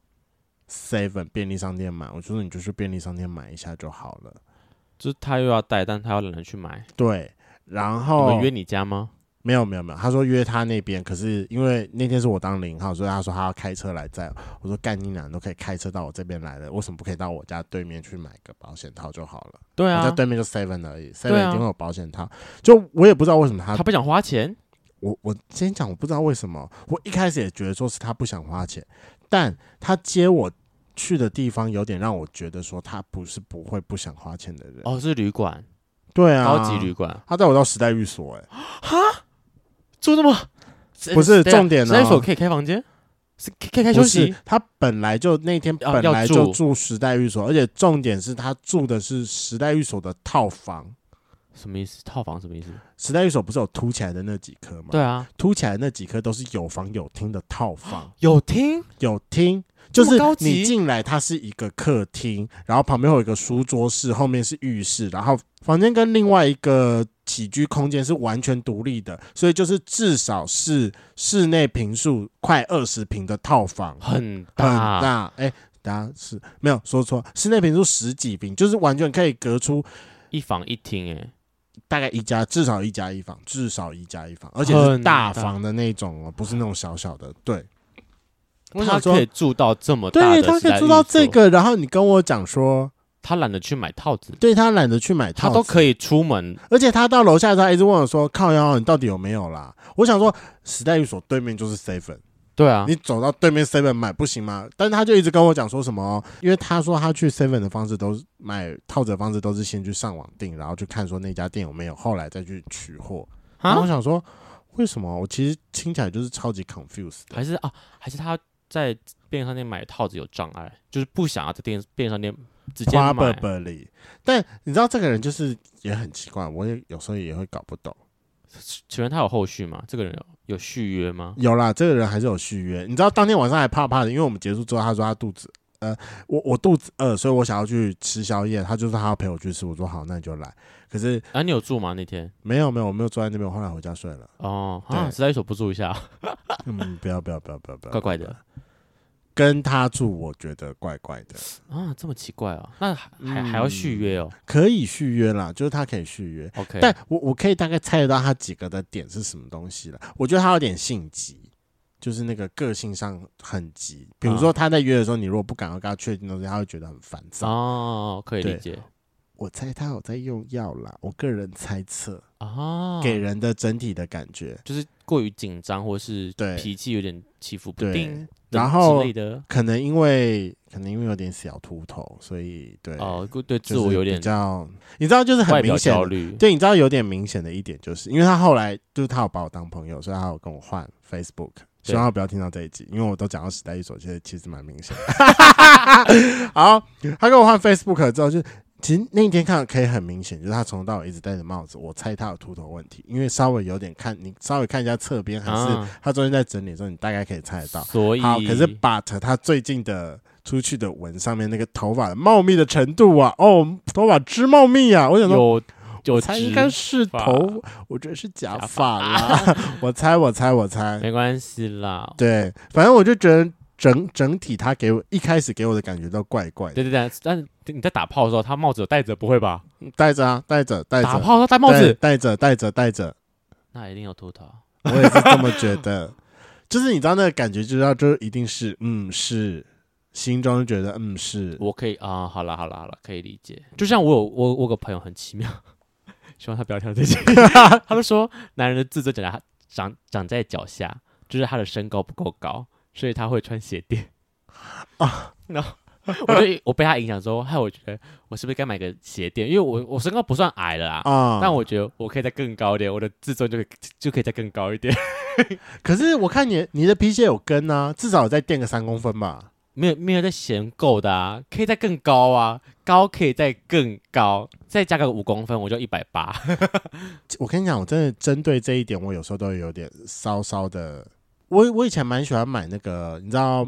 Speaker 2: Seven 便利商店买，我就说你就去便利商店买一下就好了。
Speaker 1: 就是他又要带，但他要懒得去买。
Speaker 2: 对，然
Speaker 1: 我
Speaker 2: 后
Speaker 1: 们约你家吗？
Speaker 2: 没有没有没有，他说约他那边，可是因为那天是我当零号，所以他说他要开车来载我。我说干你娘，都可以开车到我这边来了，为什么不可以到我家对面去买个保险套就好了？
Speaker 1: 对
Speaker 2: 我在
Speaker 1: 啊，
Speaker 2: 对面就 Seven 而已
Speaker 1: 对
Speaker 2: ，Seven
Speaker 1: 啊
Speaker 2: 一定会有保险套。就我也不知道为什么他
Speaker 1: 他不想花钱。
Speaker 2: 我我先讲，我不知道为什么，我一开始也觉得说是他不想花钱，但他接我去的地方有点让我觉得说他不是不会不想花钱的人。
Speaker 1: 哦，是旅馆，
Speaker 2: 对啊，
Speaker 1: 高级旅馆，
Speaker 2: 他带我到时代寓所、欸，
Speaker 1: 住那么啊
Speaker 2: 不是
Speaker 1: 等一下
Speaker 2: 重点
Speaker 1: 时代
Speaker 2: 哦
Speaker 1: 所可以开房间，是可以可以开
Speaker 2: 哎
Speaker 1: 休息。。
Speaker 2: 他本来就那天
Speaker 1: 啊
Speaker 2: 本
Speaker 1: 要
Speaker 2: 来
Speaker 1: 住
Speaker 2: 就住时代寓所，而且重点是他住的是时代寓所的套房。
Speaker 1: 什么意思？套房什么意思？
Speaker 2: 时代寓所不是有凸起来的那几颗吗？
Speaker 1: 对，啊，
Speaker 2: 凸起来的那几颗都是有房有厅的套房。
Speaker 1: 有厅
Speaker 2: 有厅，
Speaker 1: 这
Speaker 2: 就
Speaker 1: 么
Speaker 2: 是
Speaker 1: 高级
Speaker 2: 你进来，它是一个客厅，然后旁边会有一个书桌室，后面是浴室，然后房间跟另外一个起居空间是完全独立的，所以就是至少是室内平数快二十平的套房，
Speaker 1: 很
Speaker 2: 很
Speaker 1: 大，
Speaker 2: 大。哎、大家是没有说错，室内平数十几平，就是完全可以隔出
Speaker 1: 一房一厅哎、
Speaker 2: 大概一家至少一家一房，至少一家一房，而且是
Speaker 1: 很
Speaker 2: 大
Speaker 1: 大
Speaker 2: 房的那种哦，不是那种小小的。对，我
Speaker 1: 他
Speaker 2: 想说
Speaker 1: 可以住到这么大
Speaker 2: 对
Speaker 1: 的，
Speaker 2: 他可以做到这，个，然后你跟我讲说，
Speaker 1: 他懒得去买套子，
Speaker 2: 对他懒得去买套
Speaker 1: 他
Speaker 2: 子，
Speaker 1: 都可以出门，
Speaker 2: 而且他到楼下的时候还一直问我说：“靠腰，你到底有没有啦？”我想说，时代寓所对面就是 seven，、
Speaker 1: 对啊，
Speaker 2: 你走到对面 seven 买不行吗？但是他就一直跟我讲说什么，因为他说他去 seven 的方式都是买套子的方式都是先去上网订，然后去看说那家店有没有，后来再去取货。然后我
Speaker 1: 啊，
Speaker 2: 想说，为什么？我其实听起来就是超级 confused 的。
Speaker 1: 还是啊，还是他在便利商店买套子有障碍，就是不想要在电便利商店直接买，
Speaker 2: Probably，但你知道这个人就是也很奇怪，我也有时候也会搞不懂。
Speaker 1: 请问他有后续吗？这个人有有续约吗？
Speaker 2: 有啦，这个人还是有续约。你知道当天晚上还怕怕的，因为我们结束之后，他说他肚子，呃，我我肚子饿，所以我想要去吃宵夜。他就说他要陪我去吃，我说好，那你就来。可是
Speaker 1: 啊，你有住吗那天？
Speaker 2: 没有没有，我没有坐在那边，我后来回家睡了。
Speaker 1: 哦，啊，
Speaker 2: 对
Speaker 1: 时代所不住一下，
Speaker 2: 嗯，不要不要不要不要不要，
Speaker 1: 怪怪的
Speaker 2: 跟他住，我觉得怪怪的。
Speaker 1: 啊，这么奇怪哦，那还还
Speaker 2: 嗯
Speaker 1: 还要续约哦
Speaker 2: 可以续约啦，就是他可以续约，
Speaker 1: ？OK，
Speaker 2: 但我我可以大概猜得到他几个的点是什么东西了。我觉得他有点性急，就是那个个性上很急。比如说他在约的时候，你如果不敢要跟他确定的东西，他会觉得很烦躁。
Speaker 1: 哦，可以
Speaker 2: 对
Speaker 1: 理解
Speaker 2: 我猜他有在用药啦，我个人猜测，
Speaker 1: 啊，
Speaker 2: 给人的整体的感觉。
Speaker 1: 就是过于紧张或是
Speaker 2: 对
Speaker 1: 脾气有点起伏不
Speaker 2: 对
Speaker 1: 定，
Speaker 2: 然
Speaker 1: 等
Speaker 2: 后
Speaker 1: 之类的
Speaker 2: 可能因为可能因为有点小秃头，所以对，
Speaker 1: 哦，对对
Speaker 2: 就是
Speaker 1: 自我有点
Speaker 2: 比较，你知道就是
Speaker 1: 外
Speaker 2: 很
Speaker 1: 表
Speaker 2: 明显
Speaker 1: 焦
Speaker 2: 的，
Speaker 1: 虑，
Speaker 2: 对，你知道有点明显的一点就是，因为他后来就是他有把我当朋友，所以他有跟我换 Facebook。希望他不要听到这一集，因为我都讲到 时代一所，其实其实蛮明显的。好，他跟我换 Facebook 之后就，其实那一天看可以很明显，就是他从头到尾一直戴着帽子，我猜他有秃头问题，因为稍微有点看你稍微看一下侧边，还是
Speaker 1: 啊
Speaker 2: 他中间在整理的时候，你大概可以猜得到。
Speaker 1: 所以
Speaker 2: 好，可是 but 他最近的出去的纹上面那个头发的茂密的程度啊，哦，头发之茂密啊，我想说。
Speaker 1: 有有
Speaker 2: 我猜应该
Speaker 1: 值，
Speaker 2: 是
Speaker 1: 发
Speaker 2: 头，我觉得是假发啦。 我猜，我猜，我猜。
Speaker 1: 没关系啦。
Speaker 2: 对，反正我就觉得整整体他给我一开始给我的感觉都怪怪的，
Speaker 1: 对对对，但是你在打炮的时候，他帽子有戴着，不会吧？
Speaker 2: 戴着啊，戴着，戴着，
Speaker 1: 打炮的时候戴帽
Speaker 2: 对
Speaker 1: 子，
Speaker 2: 戴着，戴着，戴着，
Speaker 1: 那一定有秃头。
Speaker 2: 我也是这么觉得。 就是你知道那个感觉，就知道就一定是，嗯，是，心中就觉得，嗯，是，
Speaker 1: 我可以啊、好了好了好了，可以理解。就像我有我我有个朋友很奇妙，希望他不要听到这些。他就说，男人的自尊长在长长在脚下，就是他的身高不够高，所以他会穿鞋垫啊。然后我就我被他影响之后，害我觉得我是不是该买个鞋垫？因为我我身高不算矮了啦。
Speaker 2: 啊、
Speaker 1: 但我觉得我可以再更高一点，我的自尊就可以就可以再更高一点。
Speaker 2: 可是我看你你的皮鞋有跟啊，至少有再垫个三公分吧。
Speaker 1: 没有没有在嫌够的啊，可以再更高啊，高可以再更高，再加个五公分我就一百八。
Speaker 2: 我跟你讲，我真的针对这一点，我有时候都有点稍稍的。我我以前蛮喜欢买那个，你知道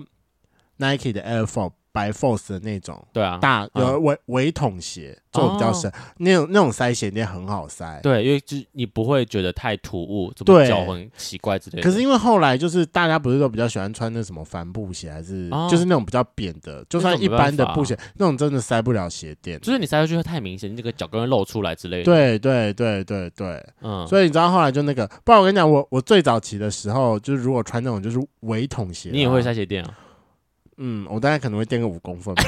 Speaker 2: Nike 的 Air Force 白 Force 的那种
Speaker 1: 对啊，
Speaker 2: 大
Speaker 1: 嗯哦
Speaker 2: 呃围围筒鞋，这种比较深，那种那种塞鞋垫很好塞。
Speaker 1: 对，因为就是你不会觉得太突兀，怎么
Speaker 2: 对
Speaker 1: 脚很奇怪之类的。
Speaker 2: 可是因为后来就是大家不是都比较喜欢穿那什么帆布鞋，还是
Speaker 1: 哦
Speaker 2: 就是那种比较扁的，就算一般的布鞋，那种真的塞不了鞋垫。
Speaker 1: 啊就是你塞下去会太明显，你这个脚跟会露出来之类的。，
Speaker 2: 对对对对对，
Speaker 1: 嗯，
Speaker 2: 所以你知道后来就那个，不然我跟你讲，我我最早期的时候，就是如果穿那种就是围筒鞋啊，
Speaker 1: 你也会塞鞋垫啊？
Speaker 2: 嗯，我大概可能会垫个五公分吧。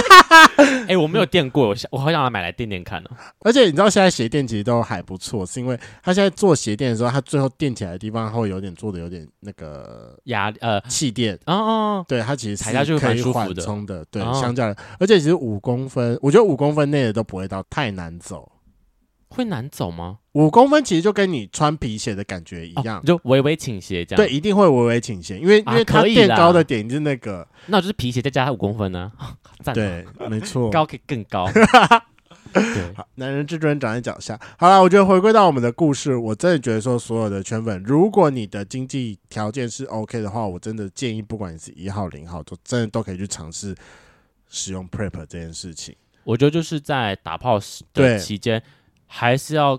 Speaker 2: 啊
Speaker 1: 哎、我没有垫过，我想我好想买来垫垫看呢、啊
Speaker 2: 而且你知道现在鞋垫其实都还不错，是因为它现在做鞋垫的时候，它最后垫起来的地方它会有点做的有点那个
Speaker 1: 压力呃，
Speaker 2: 气垫。
Speaker 1: 哦哦，
Speaker 2: 对它其实是
Speaker 1: 踩下去会
Speaker 2: 可
Speaker 1: 蛮
Speaker 2: 以
Speaker 1: 舒服的
Speaker 2: 缓冲的，对，
Speaker 1: 哦
Speaker 2: 相较来，而且其实五公分，我觉得五公分内的都不会到太难走。
Speaker 1: 会难走吗？
Speaker 2: 五公分其实就跟你穿皮鞋的感觉一
Speaker 1: 哦
Speaker 2: 样，
Speaker 1: 就微微倾斜这样。
Speaker 2: 对，，一定会微微倾斜，因为、
Speaker 1: 啊
Speaker 2: 因为它
Speaker 1: 可以
Speaker 2: 垫
Speaker 1: 啦
Speaker 2: 高的点就是那个，
Speaker 1: 那我就是皮鞋再加五公分呢、 啊，赞、啊，
Speaker 2: 对，没错。
Speaker 1: 高可以更 高。对，
Speaker 2: 好，男人自尊长在脚下。好了，我觉得回归到我们的故事，我真的觉得说，所有的圈粉，如果你的经济条件是 OK 的话，我真的建议，不管你是一号、零号，都真的都可以去尝试使用 Prep 这件事情。
Speaker 1: 我觉得就是在打炮时
Speaker 2: 对
Speaker 1: 的期间，还是要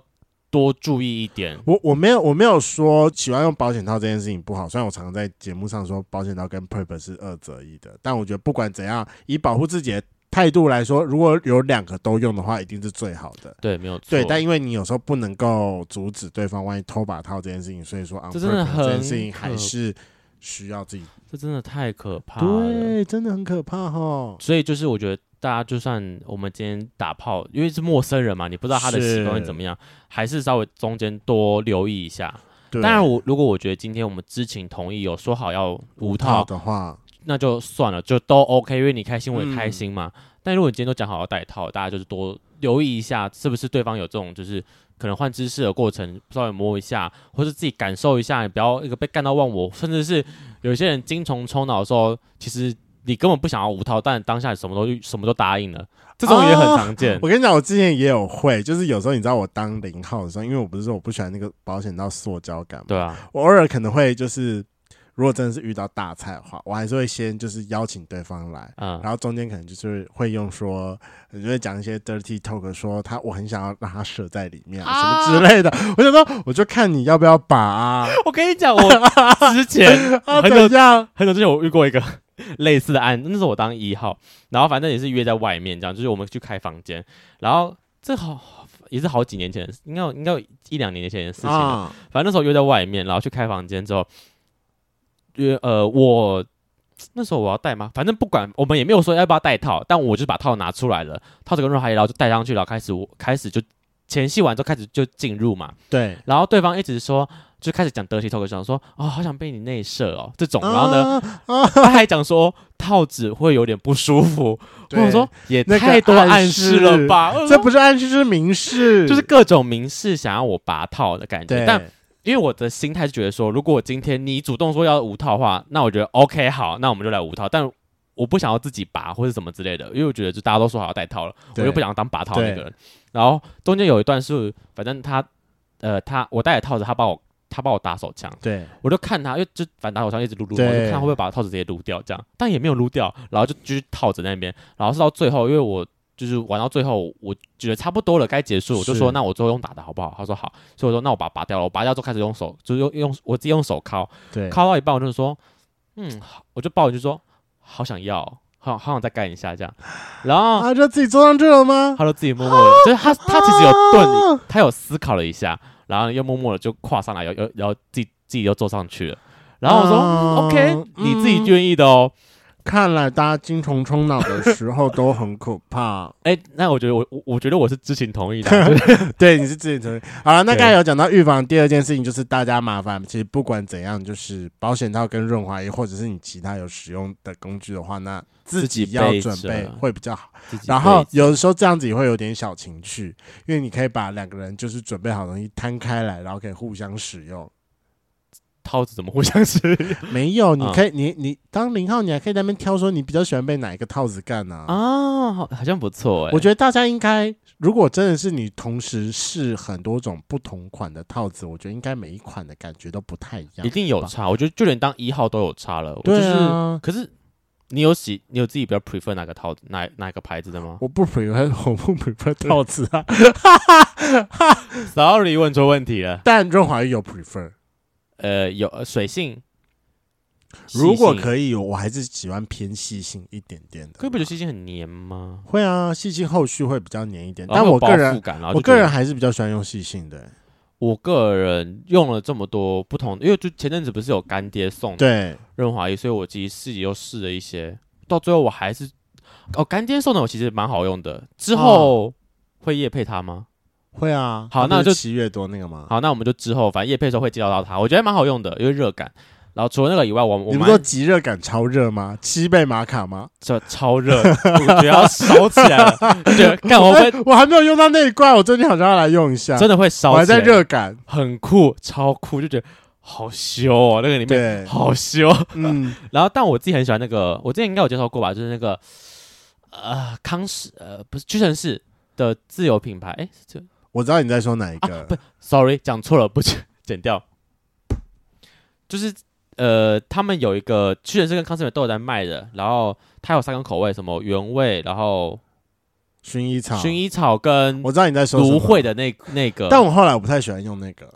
Speaker 1: 多注意一点。
Speaker 2: 我我没有我没有说喜欢用保险套这件事情不好，虽然我常常在节目上说保险套跟 Prep 是二择一的，但我觉得不管怎样，以保护自己的态度来说，如果有两个都用的话，一定是最好的。
Speaker 1: 对，没有错。
Speaker 2: 对，但因为你有时候不能够阻止对方万一偷把套这件事情，所以说啊，
Speaker 1: 这真的
Speaker 2: unprepared
Speaker 1: 很
Speaker 2: 这件事情还
Speaker 1: 可
Speaker 2: 是需要自己
Speaker 1: 这真的太可怕了。
Speaker 2: 对，真的很可怕哦哈。
Speaker 1: 所以就是我觉得大家就算我们今天打炮，因为是陌生人嘛，你不知道他的习惯会
Speaker 2: 是
Speaker 1: 怎么样，还是稍微中间多留意一下。
Speaker 2: 对，
Speaker 1: 当然我，如果我觉得今天我们知情同意，有说好要无套，
Speaker 2: 的话，
Speaker 1: 那就算了，就都 OK，因为你开心我也
Speaker 2: 嗯
Speaker 1: 开心嘛。但如果你今天都讲好要戴套，大家就是多留意一下，是不是对方有这种就是可能换姿势的过程，稍微摸一下，或是自己感受一下，你不要一个被干到忘我，甚至是有些人精虫充脑的时候，其实你根本不想要无套，但当下你什么都什么都答应了， 这种也很常见。
Speaker 2: 我跟你讲，我之前也有会，就是有时候你知道我当零号的时候，因为我不是说我不喜欢那个保险套塑胶感 嘛，
Speaker 1: 对啊，
Speaker 2: 我偶尔可能会就是，如果真的是遇到大菜的话，我还是会先就是邀请对方来，
Speaker 1: 嗯，
Speaker 2: 然后中间可能就是会用说，呃就会讲一些 dirty talk，说他我很想要让他射在里面、啊、
Speaker 1: 啊
Speaker 2: 什么之类的。我想说，我就看你要不要 把啊，
Speaker 1: 我跟你讲，我之 前
Speaker 2: 啊
Speaker 1: 很
Speaker 2: 怎
Speaker 1: 久
Speaker 2: 样？
Speaker 1: 很久之前我遇过一个 类似的案，那时候我当一号，然后反正也是约在外面这样，就是我们去开房间，然后这好也是好几年前，应该有应该有一两年前的事情了。
Speaker 2: 啊，
Speaker 1: 反正那时候约在外面，然后去开房间之后，约呃我。那时候我要戴吗？反正不管，我们也没有说要不要戴套，但我就把套拿出来了，套子跟润滑液，然后就戴上去，然后开始我开始就前戏完之后开始就进入嘛，
Speaker 2: 对。
Speaker 1: 然后对方一直说，就开始讲得体透口想说哦，好想被你内射哦这种，然后呢，
Speaker 2: 啊？
Speaker 1: 他还讲说套子会有点不舒服，我
Speaker 2: 对
Speaker 1: 想说也
Speaker 2: 那个
Speaker 1: 太多暗示了吧？我
Speaker 2: 这
Speaker 1: 想
Speaker 2: 不是暗示，这是明示，
Speaker 1: 说 就是各种明示想要我拔套的感觉，
Speaker 2: 对。
Speaker 1: 但因为我的心态是觉得说，如果我今天你主动说要无套的话，那我觉得 OK 好，那我们就来无套，但。我不想要自己拔或者什么之类的，因为我觉得就大家都说好要戴套了，我
Speaker 2: 对
Speaker 1: 又不想当拔套的那个人。然后中间有一段是，反正他呃他我戴着套子，他帮我他帮我打手枪，
Speaker 2: 对，
Speaker 1: 我就看他，因为就反正打手枪一直撸撸，我就
Speaker 2: 对
Speaker 1: 看他会不会把套子直接撸掉这样，但也没有撸掉，然后就继续套着那边，然后是到最后，因为我就是玩到最后，我觉得差不多了，该结束，我就是说那我最后用打的好不好？他说好，所以我说那我把它拔掉了，我拔掉之后开始用手，就是用用我自己用手敲，
Speaker 2: 对，
Speaker 1: 敲到一半我就说，嗯，好我就抱我就说好想要哦，好好想再干一下这样，然后
Speaker 2: 啊，就自己坐上去了吗？ 啊
Speaker 1: 他就自己默默 的，就是他他其实有顿
Speaker 2: 哦
Speaker 1: 他有思考了一下，然后又默默的就跨上来，又又然后自己自己又坐上去了。然后我说、
Speaker 2: 嗯
Speaker 1: o k
Speaker 2: 嗯
Speaker 1: 你自己愿意的哦。
Speaker 2: 看来大家精虫充脑的时候都很可怕。
Speaker 1: 哎，那我觉得我我我觉得我是知情同意的啊，就是
Speaker 2: 对，你是自己承认。好了，那
Speaker 1: 对
Speaker 2: 刚才有讲到预防，第二件事情就是大家麻烦，其实不管怎样，就是保险套跟润滑液，或者是你其他有使用的工具的话，那自
Speaker 1: 自己
Speaker 2: 己要
Speaker 1: 备
Speaker 2: 准
Speaker 1: 着
Speaker 2: 备会比较好。
Speaker 1: 自己
Speaker 2: 然后
Speaker 1: 可以
Speaker 2: 有的时候这样子也会有点小情趣，因为你可以把两个人就是准备好的东西摊开来，然后可以互相使用。
Speaker 1: 套子怎么互相 吃
Speaker 2: 没有，你
Speaker 1: 嗯
Speaker 2: 可以，你你当零号，你还可以在那边挑说你比较喜欢被哪一个套子干呢、啊？
Speaker 1: 啊？好好像不错哎、
Speaker 2: 我觉得大家应该，如果真的是你同时试很多种不同款的套子，我觉得应该每一款的感觉都不太一样。
Speaker 1: 一定有差，我觉得就连当一号都有差了。我就
Speaker 2: 对
Speaker 1: 是、
Speaker 2: 啊，
Speaker 1: 可是你有喜你有自己比较 prefer 哪个套子哪哪个牌子的吗
Speaker 2: 我不 prefer，我 不 prefer 套子啊，
Speaker 1: ？Sorry，问错问题了。
Speaker 2: 但润滑液有 prefer。
Speaker 1: 呃，有呃水性，
Speaker 2: 如果
Speaker 1: 以，
Speaker 2: 可以，我还是喜欢偏细性一点点的。
Speaker 1: 可是不觉得细性很黏吗？
Speaker 2: 会啊，细性后续会比较黏一点，
Speaker 1: 然
Speaker 2: 但
Speaker 1: 后
Speaker 2: 我
Speaker 1: 有
Speaker 2: 个
Speaker 1: 饱
Speaker 2: 人
Speaker 1: 腹感然后
Speaker 2: 我
Speaker 1: 啊就觉
Speaker 2: 个
Speaker 1: 得
Speaker 2: 人还是比较喜欢用细性的。
Speaker 1: 我个人用了这么多不同，因为就前阵子不是有干爹送
Speaker 2: 对，
Speaker 1: 润滑液，所以我其实自己又试了一些，到最后我还是哦，干爹送的我其实蛮好用的。之
Speaker 2: 啊
Speaker 1: 后、会夜配它吗？
Speaker 2: 会啊。
Speaker 1: 好
Speaker 2: 它不
Speaker 1: 那
Speaker 2: 是
Speaker 1: 就
Speaker 2: 七月多那个吗？
Speaker 1: 好，那我们就之后反正夜配的时候会介绍到它，我觉得蛮好用的，因为热感。然后除了那个以外，我我
Speaker 2: 你不
Speaker 1: 蛮
Speaker 2: 说极热感超热吗？七倍玛卡吗？
Speaker 1: 这超热，我觉得要烧起来了， 就觉得干 我 会
Speaker 2: 哎我还没有用到那一罐，我最近好像要来用一下。
Speaker 1: 真的会烧
Speaker 2: 啊我
Speaker 1: 起来，
Speaker 2: 还在热感，
Speaker 1: 很酷，超酷，就觉得好羞哦，那个里面
Speaker 2: 对，
Speaker 1: 好羞。
Speaker 2: 嗯，
Speaker 1: 然后，但我自己很喜欢那个，我之前应该有介绍过吧，就是那个呃康师呃不是屈臣氏的自有品牌，哎、是这
Speaker 2: 我知道你在说哪一个，
Speaker 1: 啊不 sorry 讲错了，不是剪掉，就是呃他们有一个屈臣氏跟康师美都有在卖的，然后它有三个口味，什么原味，然后
Speaker 2: 薰衣草，
Speaker 1: 薰衣草跟
Speaker 2: 我知道你在说什么
Speaker 1: 芦荟，的那那个，
Speaker 2: 但我后来我不太喜欢用那个，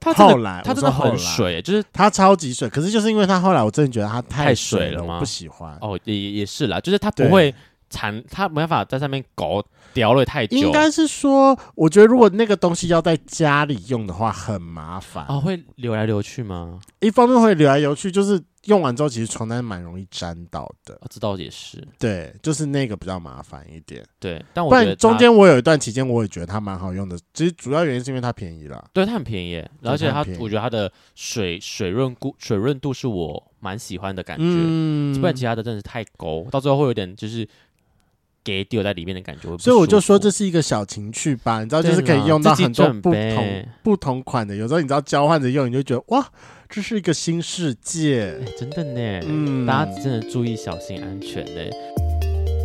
Speaker 1: 它真
Speaker 2: 后
Speaker 1: 的
Speaker 2: 来
Speaker 1: 它
Speaker 2: 我
Speaker 1: 真
Speaker 2: 说
Speaker 1: 的
Speaker 2: 后
Speaker 1: 很
Speaker 2: 来，
Speaker 1: 水，就是
Speaker 2: 它超级水，可是就是因为它后来我真的觉得它
Speaker 1: 太水
Speaker 2: 水
Speaker 1: 了吗
Speaker 2: 我不喜欢。
Speaker 1: 哦也也也是啦，就是它不
Speaker 2: 对
Speaker 1: 会缠，它没办法在上面搞掉了太久，
Speaker 2: 应该是说，我觉得如果那个东西要在家里用的话，很麻烦。
Speaker 1: 哦会流来流去吗？
Speaker 2: 一方面会流来流去，就是用完之后，其实床单蛮容易沾到的。
Speaker 1: 啊，这倒也是，
Speaker 2: 对，就是那个比较麻烦一点。
Speaker 1: 对。哦但我
Speaker 2: 不
Speaker 1: 觉得
Speaker 2: 然中
Speaker 1: 它
Speaker 2: 间我有一段期间，我也觉得它蛮好用的。其实主要原因是因为它便宜啦。
Speaker 1: 对它很便宜耶，
Speaker 2: 对
Speaker 1: 而且
Speaker 2: 它
Speaker 1: 它
Speaker 2: 很便宜
Speaker 1: 我觉得它的水水润度水润度是我蛮喜欢的感觉，
Speaker 2: 嗯
Speaker 1: 不然其他的真的是太勾，到最后会有点就是给丢在里面的感觉。会不
Speaker 2: 所以我就
Speaker 1: 舒服
Speaker 2: 说这是一个小情趣吧，你知道，就是可
Speaker 1: 对
Speaker 2: 以
Speaker 1: 啦
Speaker 2: 用到
Speaker 1: 自己
Speaker 2: 很多
Speaker 1: 准
Speaker 2: 不同
Speaker 1: 备哎
Speaker 2: 不同款的。有时候你知道交换着用，你就觉得哇，这是一个新世界。
Speaker 1: 哎真的呢，
Speaker 2: 嗯
Speaker 1: 大家真的注意小心安全嘞。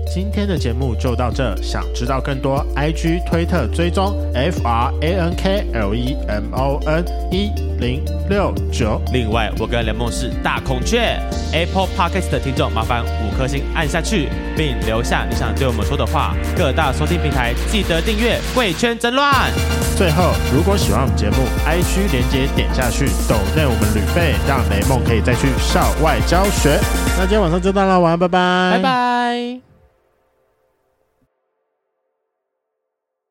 Speaker 2: 今天的节目就到这，想知道更多，IG、推特追踪 F R A N K L E M O N 一零六九。
Speaker 1: 另外，我跟雷梦是大孔雀 Apple Podcast 的听众，麻烦五颗星按下去，并留下你想对我们说的话。各大收听平台记得订阅《贵圈争乱》。
Speaker 2: 最后，如果喜欢我们节目，IG 连接点下去，抖内我们旅费，让雷梦可以再去校外教学。那今天晚上就到了，晚安，拜拜，
Speaker 1: 拜。拜。